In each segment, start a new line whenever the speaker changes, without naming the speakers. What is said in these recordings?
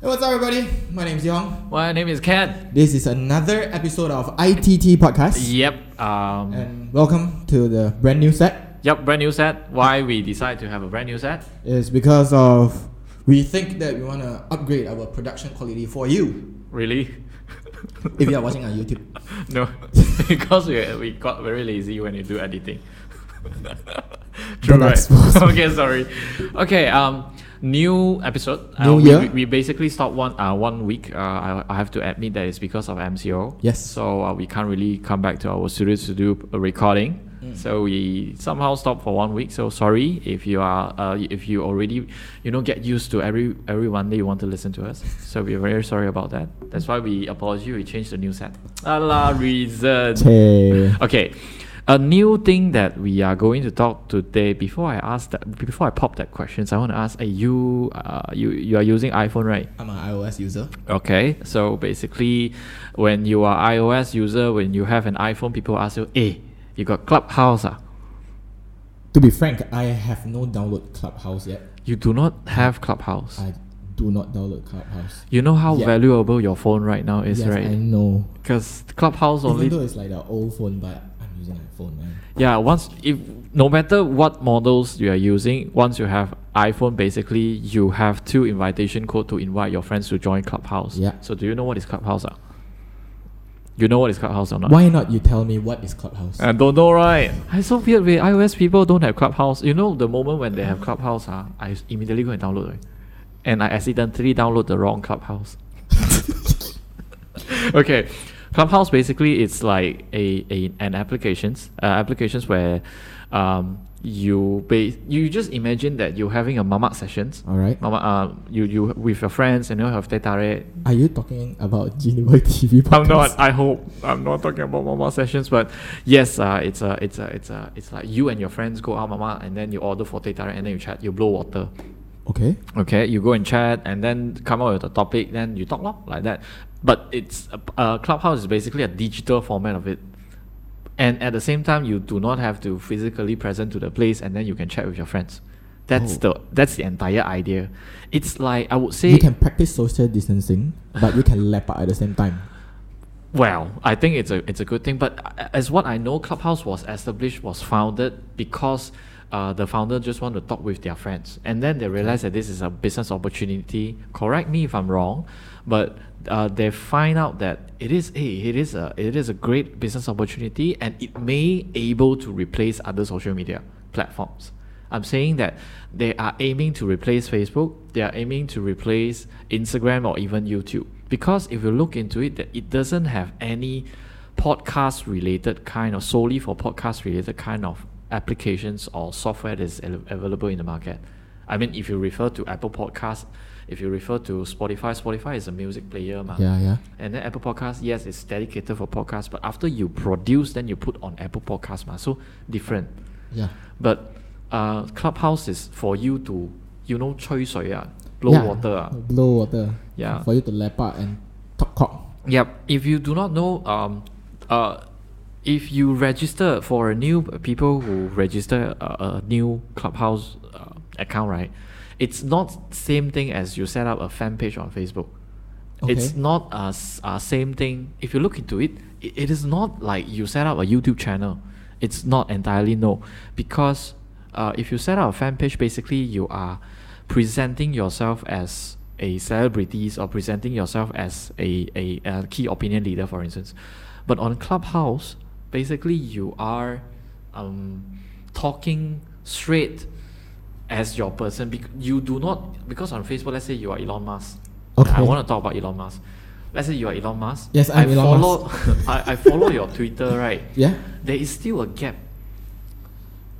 What's up, everybody? My name's Yong.
My name is Ken.
This is another episode of ITT Podcast.
Yep. Um,
And welcome to the brand new set.
yep. Brand new set. Why we decide to have a brand new set?
It's because of we think that we want to upgrade our production quality for you
Really?
if you are watching on YouTube.
no, because we, we got very lazy when you do editing. True,
Don't
right?
expose me.
okay, sorry. Okay, um, new episode. Uh,
New
we,
year.
We, we basically stopped one uh, one week. Uh, I, I have to admit that it's because of MCO.
Yes.
So uh, we can't really come back to our studios to do a recording.
Mm.
So we somehow stopped for one week. So sorry if you are uh, if you already you know get used to every every Monday you want to listen to us. So we're very sorry about that. That's why we apologize. We changed the new set. A la reason.
Hey.
Okay, a new thing that we are going to talk today. Before I ask that, before I pop that questions, I want to ask: Are you, uh, you, you are using iPhone, right?
I'm an iOS user.
Okay, so basically, when you are iOS user, when you have an iPhone, people ask you, "Hey, you got Clubhouse? Ah?
To be frank, I have no download Clubhouse yet.
You do not have Clubhouse.
I do not download Clubhouse.
you know how
Yeah.
valuable your phone right now is,
yes, I
right?
know.
Because Clubhouse only.
Even though it's like the old phone, but I'm using my phone, man.
Yeah, once if no matter what models you are using, once you have iPhone, basically you have two invitation code to invite your friends to join Clubhouse.
Yeah.
So do you know what is Clubhouse? Ah, You know what is Clubhouse or not?
Why not you tell me what is Clubhouse?
I don't know, right? I so weird with iOS people don't have Clubhouse. You know, the moment when they have Clubhouse, ah, I immediately go and download it, and I accidentally download the wrong Clubhouse. okay, Clubhouse basically it's like a, a an applications uh, applications where, um, you ba- you just imagine that you're having a mamak sessions.
All right.
Mama, uh, you you with your friends and you have teh tarik,
Are you talking about Geneva TV podcast?
I'm not. I hope I'm not talking about mama sessions, but yes, uh, it's a, it's a, it's a, it's like you and your friends go out, mama, and then you order for teh tarik, and then you chat, you blow water.
Okay.
Okay, you go and chat, and then come up with a topic, then you talk, lor, like that. But it's a, uh, clubhouse is basically a digital format of it, and at the same time, you do not have to physically present to the place, and then you can chat with your friends. That's
Oh.
the that's the entire idea. It's like I would say
You can practice social distancing, but you can lap out at the same time.
Well, I think it's a it's a good thing. But a- as what I know, Clubhouse was established was founded because uh, the founder just want to talk with their friends, and then they realize that this is a business opportunity. Correct me if I'm wrong, but uh, they find out that it is hey, it is a it is a great business opportunity, and it may able to replace other social media platforms. I'm saying that they are aiming to replace Facebook, they are aiming to replace Instagram or even YouTube. Because if you look into it, that it doesn't have any podcast related kind of solely for podcast related kind of applications or software that is al- available in the market. I mean, if you refer to Apple Podcast, if you refer to Spotify, Spotify is a music player, ma.
Yeah, yeah.
And then Apple Podcast, yes, it's dedicated for podcasts, but after you produce, then you put on Apple Podcast, ma. So different.
Yeah.
But uh, clubhouse is for you to, you know, 吹水 ah, blow
Yeah,
water. ah.
Blow water.
Yeah.
For you to lap out and talk cock.
Yep. If you do not know, um, uh, if you register for a new uh, people who register uh, a, a new clubhouse uh, account, right? It's not same thing as you set up a fan page on Facebook. It's
Okay.
not a, s- a same thing. If you look into it, it, it is not like you set up a YouTube channel. It's not entirely no, because uh, if you set up a fan page, basically you are presenting yourself as a celebrities or presenting yourself as a, a, a key opinion leader, for instance. But on Clubhouse, basically you are um, talking straight as your person. Bec- you do not because on Facebook, let's say you are Elon Musk.
Okay.
I want to talk about Elon Musk. Let's say you are Elon Musk.
Yes, I'm
I
Elon
follow,
Musk.
I, I follow your Twitter, right?
Yeah.
There is still a gap.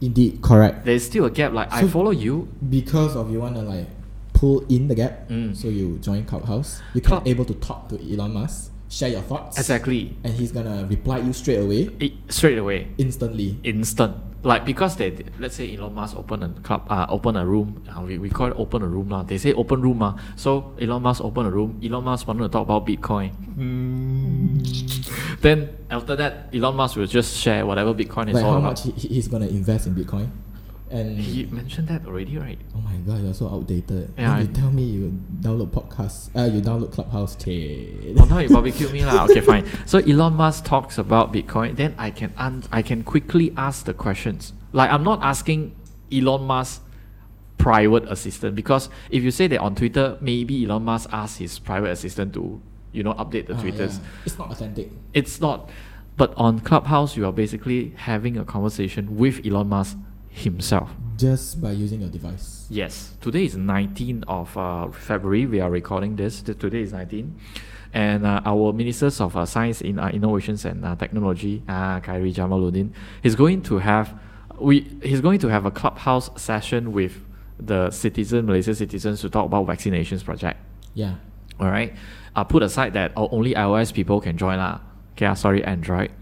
Indeed, correct.
There is still a gap. Like I
So-
follow you.
Because of you wanna like pull in the gap,
Mm.
so you join Clubhouse. You can
Club-
able to talk to Elon Musk, share your thoughts.
Exactly.
And he's gonna reply you straight away,
It, straight away.
instantly.
instant. Like because they let's say Elon Musk open a club, uh, open a room. Uh, we, we call it open a room lah. They say open room ah. So Elon Musk open a room. Elon Musk wanted to talk about Bitcoin.
Hmm.
then after that, Elon Musk will just share whatever Bitcoin is
Like
all
how
about.
much he, he- he's gonna invest in Bitcoin. And
He mentioned that already, right?
oh my god, you're so outdated.
Yeah,
Then
I-
you tell me you download podcast. Uh, you download Clubhouse. Ah, Chey.
Oh, now you barbecue me lah. Okay, fine. So Elon Musk talks about Bitcoin. Then I can un- I can quickly ask the questions. Like I'm not asking Elon Musk private assistant because if you say that on Twitter, maybe Elon Musk asks his private assistant to you know update the
Ah, yeah.
tweeters.
It's not authentic.
It's not. But on Clubhouse, you are basically having a conversation with Elon Musk himself.
Just by using your device.
Yes, today is 19th of uh, February. We are recording this. Th- Today is 19. And uh, our ministers of uh, science, in uh, innovations, and uh, technology, uh, Kairi Jamaluddin, is going to have we he's going to have a clubhouse session with the citizen Malaysia citizens to talk about vaccinations project.
Yeah.
All right, uh, put aside that oh, only iOS people can join lah. Okay, uh, sorry Android.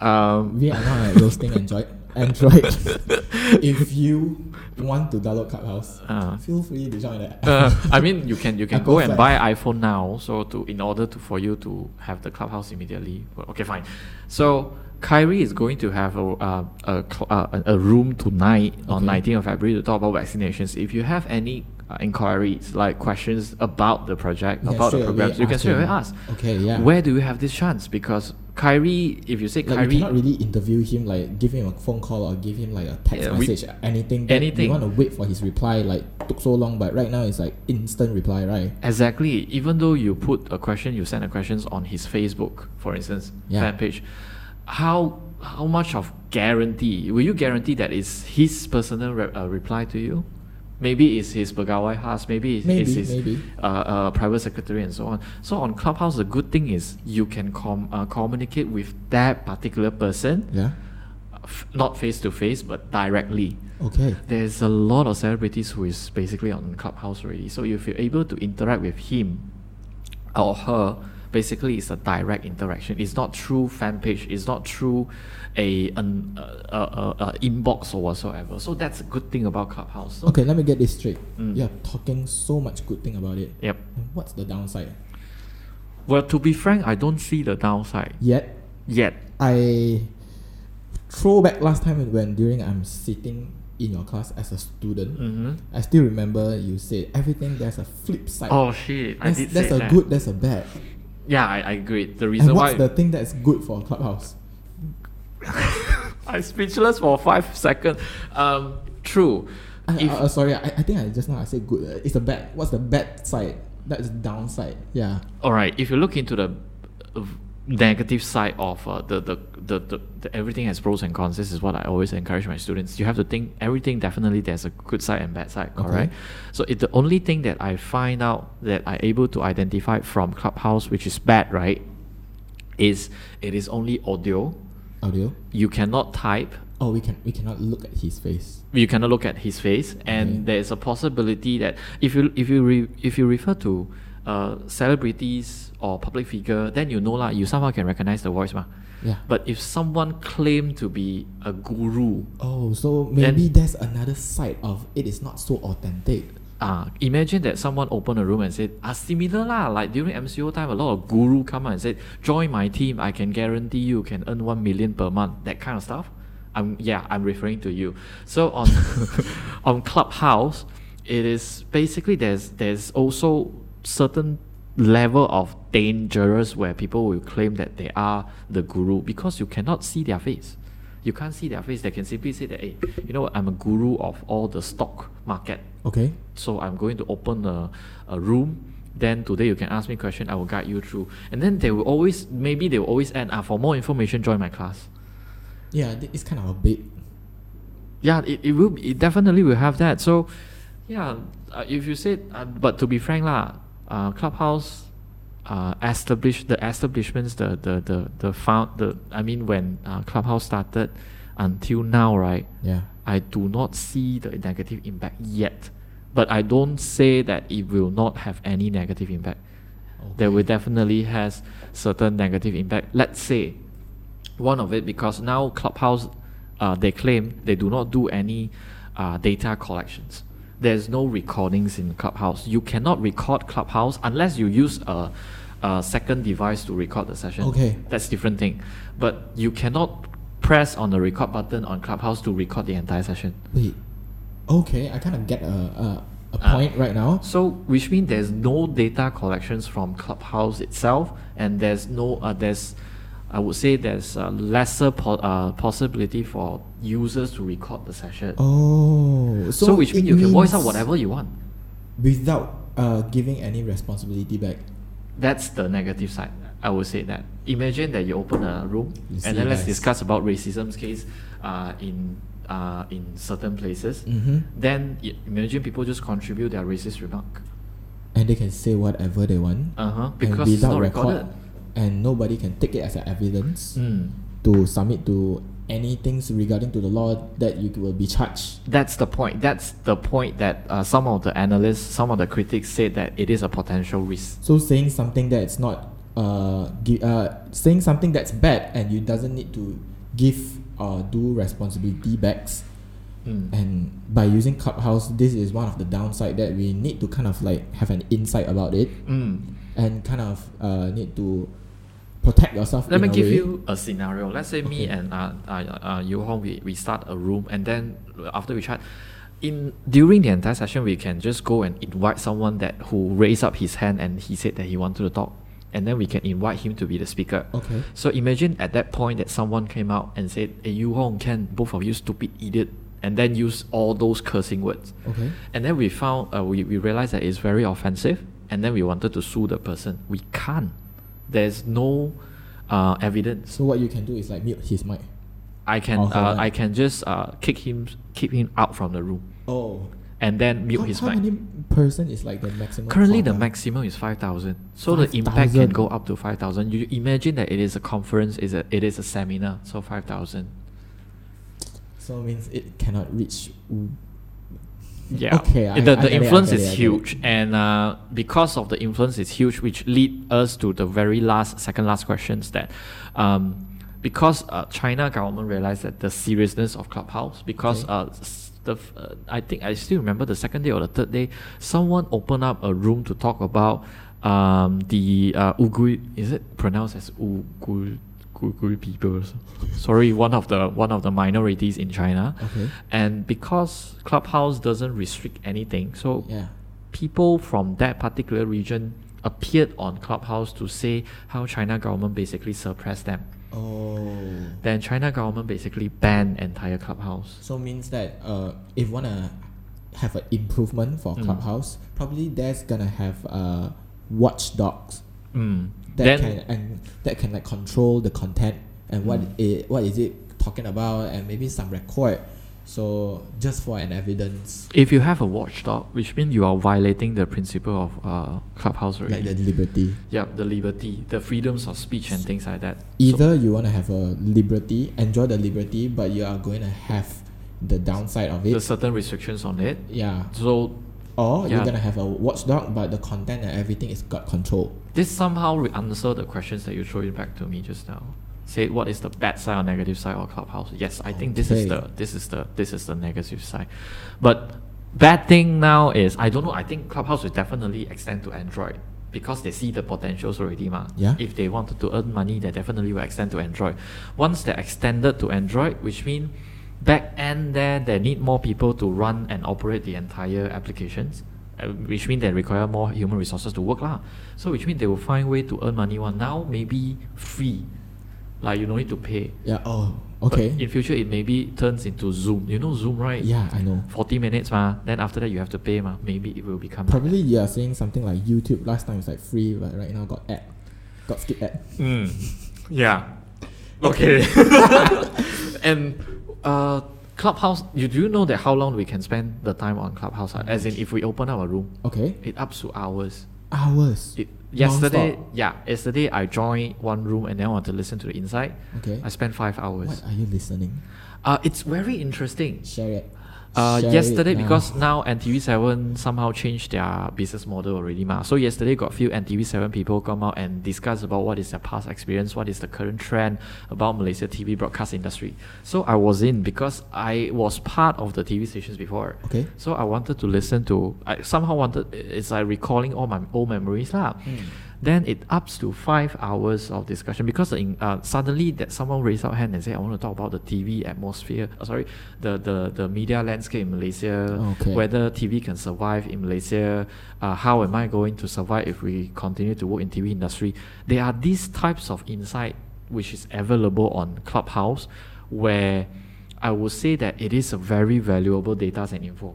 Um,
We are not like roasting Android. Android. if you want to download Clubhouse,
Uh.
feel free to join that.
Uh, I mean, you can you can
Apple
go and
Flash.
buy iPhone now. So to in order to for you to have the clubhouse immediately. Well, okay, fine. So Kyrie is going to have a uh, a, cl- uh, a a room tonight on
Okay.
19th of February to talk about vaccinations. If you have any uh, inquiries like questions about the project,
Yeah,
about the
straight away
programs, you can
ask
straight away
him.
ask.
Okay, yeah.
Where do you have this chance? Because Kyrie, if you say
Like we
Kyrie,
cannot really interview him, like give him a phone call or give him like a text
Yeah, we-
message, anything. that
anything.
We want to wait for his reply. Like took so long, but right now it's like instant reply, right?
Exactly. Even though you put a question, you send the questions on his Facebook, for instance,
Yeah.
fan page. How how much of guarantee will you guarantee that it's his personal re- uh, reply to you? Maybe it's his Pegawai Haas, maybe it's, it's
Maybe,
his
maybe.
Uh, uh, private secretary and so on. So on Clubhouse, the good thing is you can com- uh, communicate with that particular person,
Yeah.
f- not face to face, but directly
Okay.
there's a lot of celebrities who is basically on Clubhouse already. So if you're able to interact with him or her, basically it's a direct interaction. It's not through fan page. It's not through a an a, a, a inbox or whatsoever. So that's a good thing about Clubhouse. So,
Okay, let me get this straight.
Mm.
You're talking so much good thing about it.
Yep.
And what's the downside?
Well, to be frank, I don't see the downside
Yet
yet.
I throw back last time when during I'm sitting in your class as a student.
hmm
I still remember you said everything there's a flip side.
Oh shit! I
That's,
did
that's
say
a
that.
good, that's a bad.
Yeah, I, I agree. The reason
And what's
why
the thing that's good for Clubhouse?
I'm speechless for five seconds. Um, true.
I,
If-
I- uh, sorry, I, I think I just now I said good. uh, It's the bad. What's the bad side? That's downside. Yeah.
all right if you look into the uh, negative side of uh, the, the, the, the, the everything has pros and cons this is what i always encourage my students you have to think everything definitely there's a good side and bad side
Okay.
correct so it, the only thing that i find out that i able to identify from clubhouse which is bad right is it is only audio
Audio.
you cannot type
Oh, we can we cannot look at his face.
you cannot look at his face and
Okay.
there is a possibility that if you if you re, if you refer to uh, celebrities or public figure then you know lah you somehow can recognize the voice mah.
Yeah.
but if someone claimed to be a guru
Oh, so
Then-
maybe there's another side of it is not so authentic.
ah, imagine that someone opened a room and said ah similar lah like during MCO time a lot of guru come out and said join my team I can guarantee you can earn 1 million per month that kind of stuff I'm yeah I'm referring to you so on on Clubhouse it is basically there's there's also certain level of dangerous where people will claim that they are the guru because you cannot see their face you can't see their face they can simply say that hey you know what I'm a guru of all the stock market
Okay.
so I'm going to open a, a room. Then today you can ask me question. I will guide you through. And then they will always maybe they will always add ah, for more information join my class.
Yeah, th- it's kind of a bit.
Yeah, it, it will it definitely will have that. So, yeah, uh, if you said uh, but to be frank lah, uh, clubhouse. Uh, establish the establishments the the the the found the I mean when uh, clubhouse started until now right
Yeah.
I do not see the negative impact yet, but I don't say that it will not have any negative impact. There will definitely has certain negative impact. Let's say one of it because now Clubhouse, uh, they claim they do not do any uh, data collections. There's no recordings in Clubhouse. You cannot record Clubhouse unless you use a, a second device to record the session.
Okay.
That's different thing. But you cannot press on the record button on Clubhouse to record the entire session.
Wait, okay, I kind of get a, a, a
Ah.
point right now.
So, which means there's no data collections from Clubhouse itself, and there's no uh, there's, I would say there's a lesser po- uh, possibility for users to record the session.
Oh, so,
so, which
it
means you can voice out
means
whatever you want.
without uh, giving any responsibility back.
That's the negative side. I would say that. Imagine that you open a room
You see
and then let's
guys.
discuss about racism's case, uh, in uh, in certain places.
Mhm.
Then i- imagine people just contribute their racist remark.
And they can say whatever they want.
Uh huh.
and
Because it's
without
not
record,
recorded.
and nobody can take it as an evidence
Mm.
to submit to any things regarding to the law that you will be charged.
That's the point. That's the point that uh, some of the analysts, some of the critics said that it is a potential risk.
So saying something that's not uh, gi- uh saying something that's bad and you doesn't need to give or do responsibility backs
Mm.
and by using clubhouse this is one of the downside that we need to kind of like have an insight about it
Mm.
and kind of uh, need to protect yourself
Let
in
me
a
give
way.
you a scenario. Let's say me and uh, uh, uh, Yu Hong, we, we start a room and then after we chat, in during the entire session, we can just go and invite someone that who raised up his hand and he said that he wanted to talk, and then we can invite him to be the speaker.
okay
So imagine at that point that someone came out and said, "Hey, Yu Hong, can both of you stupid idiot," and then use all those cursing words.
okay
And then we found, uh, we, we realized that it's very offensive, and then we wanted to sue the person. We can't. There's no uh, evidence.
so what you can do is like mute his mic
I can
Oh,
uh,
correct.
I can just uh, kick him kick him out from the room,
oh
and then mute
how,
his
how
mic.
many person is like the maximum
Currently, the
quota?
maximum is five thousand, so the impact
5,000.
can go up to five thousand. You imagine that it is a conference, is a it is a seminar, so five thousand.
so means it cannot reach w-
Yeah.
okay I,
the
I
the
get it, I
influence
get it,
is
I get it.
huge, and uh, because of the influence is huge, which lead us to the very last, second last questions that, um, because uh, China government realized that the seriousness of Clubhouse, because
Okay.
uh, s- the f- uh, I think I still remember the second day or the third day, someone opened up a room to talk about um, the uh, Uyghur is it pronounced as Uyghur. Uyghur people, sorry, one of the one of the minorities in China,
Okay.
and because Clubhouse doesn't restrict anything, so
yeah
people from that particular region appeared on Clubhouse to say how China government basically suppressed them.
oh
Then China government basically banned entire Clubhouse.
So means that uh, if wanna have an improvement for
Mm.
Clubhouse, probably there's gonna have uh, watchdogs
Mm.
that
then
can and that can like control the content and what
Mm.
it what is it talking about and maybe some record. So just for an evidence,
if you have a watchdog, which means you are violating the principle of uh, Clubhouse already.
like the liberty.
Yep, the liberty, the freedoms of speech and things like that. So-
Either you wanna have a liberty, enjoy the liberty, but you are going to have the downside of
the
it.
certain restrictions on it.
Yeah.
So
Or you're
Yeah.
gonna have a watchdog, but the content and everything is got control.
This somehow re- answer the questions that you threw it back to me just now. Say what is the bad side or negative side of Clubhouse? Yes, I think this is
Okay.
the this is the this is the negative side. But bad thing now is I don't know. I think Clubhouse will definitely extend to Android because they see the potentials already, ma.
Yeah.
If they wanted to earn money, they definitely will extend to Android. Once they're extended to Android, which means back end there they need more people to run and operate the entire applications uh, which means they require more human resources to work lah. So which means they will find way to earn money one now maybe free, like you don't need to pay.
Yeah. Oh.
But
Okay.
in future, it maybe turns into Zoom. You know Zoom, right?
Yeah, I know.
Forty minutes ma. Then after that, you have to pay ma. Maybe it will become. like that.
Probably you are saying something like YouTube last time it's like free, but right now got ad, got skip ad.
Mm. Yeah. Okay. and uh, Clubhouse, you do you know that how long we can spend the time on Clubhouse? ah? As in, if we open up a room,
Okay,
it up to hours.
hours.
It, yesterday,
Non-stop.
yeah, yesterday I joined one room and then I want to listen to the inside.
Okay.
I spent five hours.
What are you listening?
Uh, it's very interesting.
Share it.
Uh,
Share it
yesterday,
now.
because now NTV7 somehow changed their business model already, ma. So yesterday, got few NTV7 people come out and discuss about what is their past experience, what is the current trend about Malaysia TV broadcast industry. So I was in because I was part of the TV stations before.
Okay.
So I wanted to listen to. I somehow wanted. It's like recalling all my old memories, lah. then it ups to five hours of discussion because in, uh, suddenly that someone raised out hand and said, I want to talk about the TV atmosphere, uh, sorry, the, the, the media landscape in Malaysia,
Okay.
whether TV can survive in Malaysia, uh, how am I going to survive if we continue to work in TV industry. There are these types of insight which is available on Clubhouse where I would say that it is a very valuable data and info.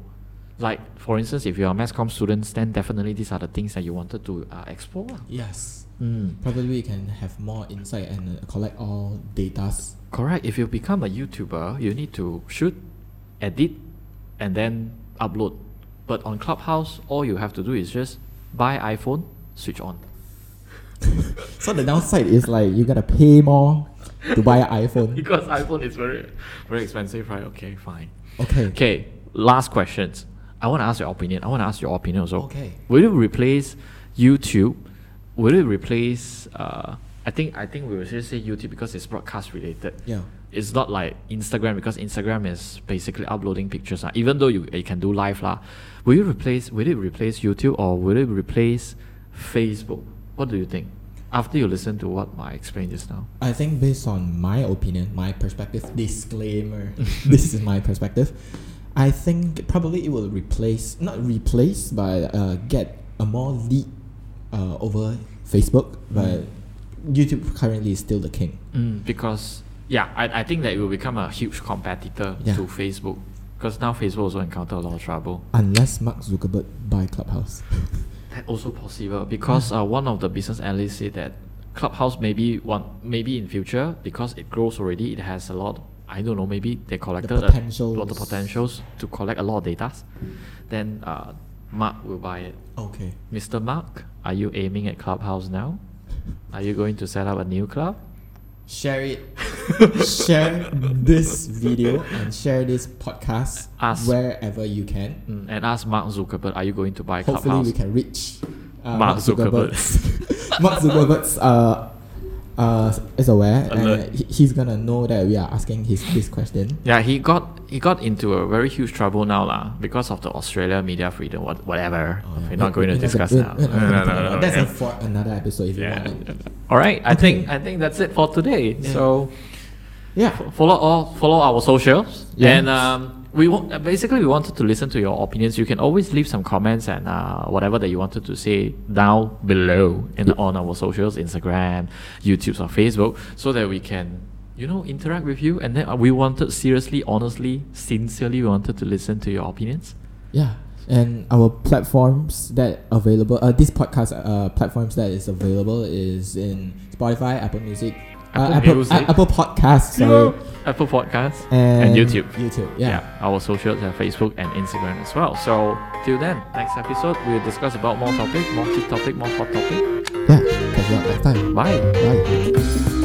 Like, for instance, if you are a mass comm students, then definitely these are the things that you wanted to uh, explore. lah.
Yes.
Mm.
Probably we can have more insight and uh, collect all datas.
Correct. If you become a YouTuber, you need to shoot, edit, and then upload. But on Clubhouse, all you have to do is just buy iPhone, switch on.
So the downside is like you gotta pay more to buy an iPhone.
Because iPhone is very, very expensive, right? Okay, fine.
Okay.
Okay, last questions. I want to ask your opinion. I want to ask your opinion also.
Okay.
Will it replace YouTube? Will it replace? Uh, I think I think we will just say YouTube because it's broadcast related.
Yeah.
It's not like Instagram because Instagram is basically uploading pictures. lah. Even though you, you can do live lah, will you replace? Will it replace YouTube or will it replace Facebook? What do you think? After you listen to what I explained just now.
I think based on my opinion, my perspective, disclaimer, this is my perspective. I think probably it will replace, not replace, but uh, get a more lead uh, over Facebook. But YouTube currently is still the king.
Mm, because yeah, I, I think that it will become a huge competitor
Yeah.
to Facebook. Because now Facebook also encounter a lot of trouble.
Unless Mark Zuckerberg buy Clubhouse.
That also possible because uh, one of the business analysts said that Clubhouse maybe one maybe in future because it grows already, it has a lot. I don't know. Maybe they collected a lot
potentials.
of potentials to collect a lot of data. Then uh, Mark will buy it.
okay.
Mr. Mark, are you aiming at Clubhouse now? Are you going to set up a new club?
Share it. share this video and share this podcast
Us.
wherever you can.
Mm, and ask Mark Zuckerberg, are you going to buy
Hopefully,
Clubhouse?
we can reach uh,
Mark
Zuckerberg's, Mark Zuckerberg's uh, uh, is aware,
Alert.
and he- he's gonna know that we are asking his this question.
Yeah, he got he got into a very huge trouble now lah because of the Australia media freedom what, whatever.
Oh, yeah.
We're not going to
We're
discuss
we're-
now.
we're
No,
not
no,
gonna
no,
talk
no,
about- That's
yeah.
a for another episode if
Yeah.
you want. it.
All right, I think
Okay.
I think that's it for today.
Yeah.
So
Yeah.
follow all follow our socials
Yeah.
and um, we wa- basically we wanted to listen to your opinions. You can always leave some comments and uh, whatever that you wanted to say down below and on our socials, Instagram, YouTube, or Facebook, so that we can you know interact with you. And then uh, we wanted seriously, honestly, sincerely, we wanted to listen to your opinions.
Yeah, and our platforms that available, uh, this podcast uh, platforms that is available is in Spotify, Apple Music,
Apple
uh, Apple,
Music.
uh, Apple Podcasts, sorry,
Apple Podcasts
and,
and, YouTube.
YouTube, yeah.
our socials are Facebook and Instagram as well. So till then, next episode we'll discuss about more topic, more tip topic, more hot topic.
yeah. Catch you up next time.
Bye.
Bye.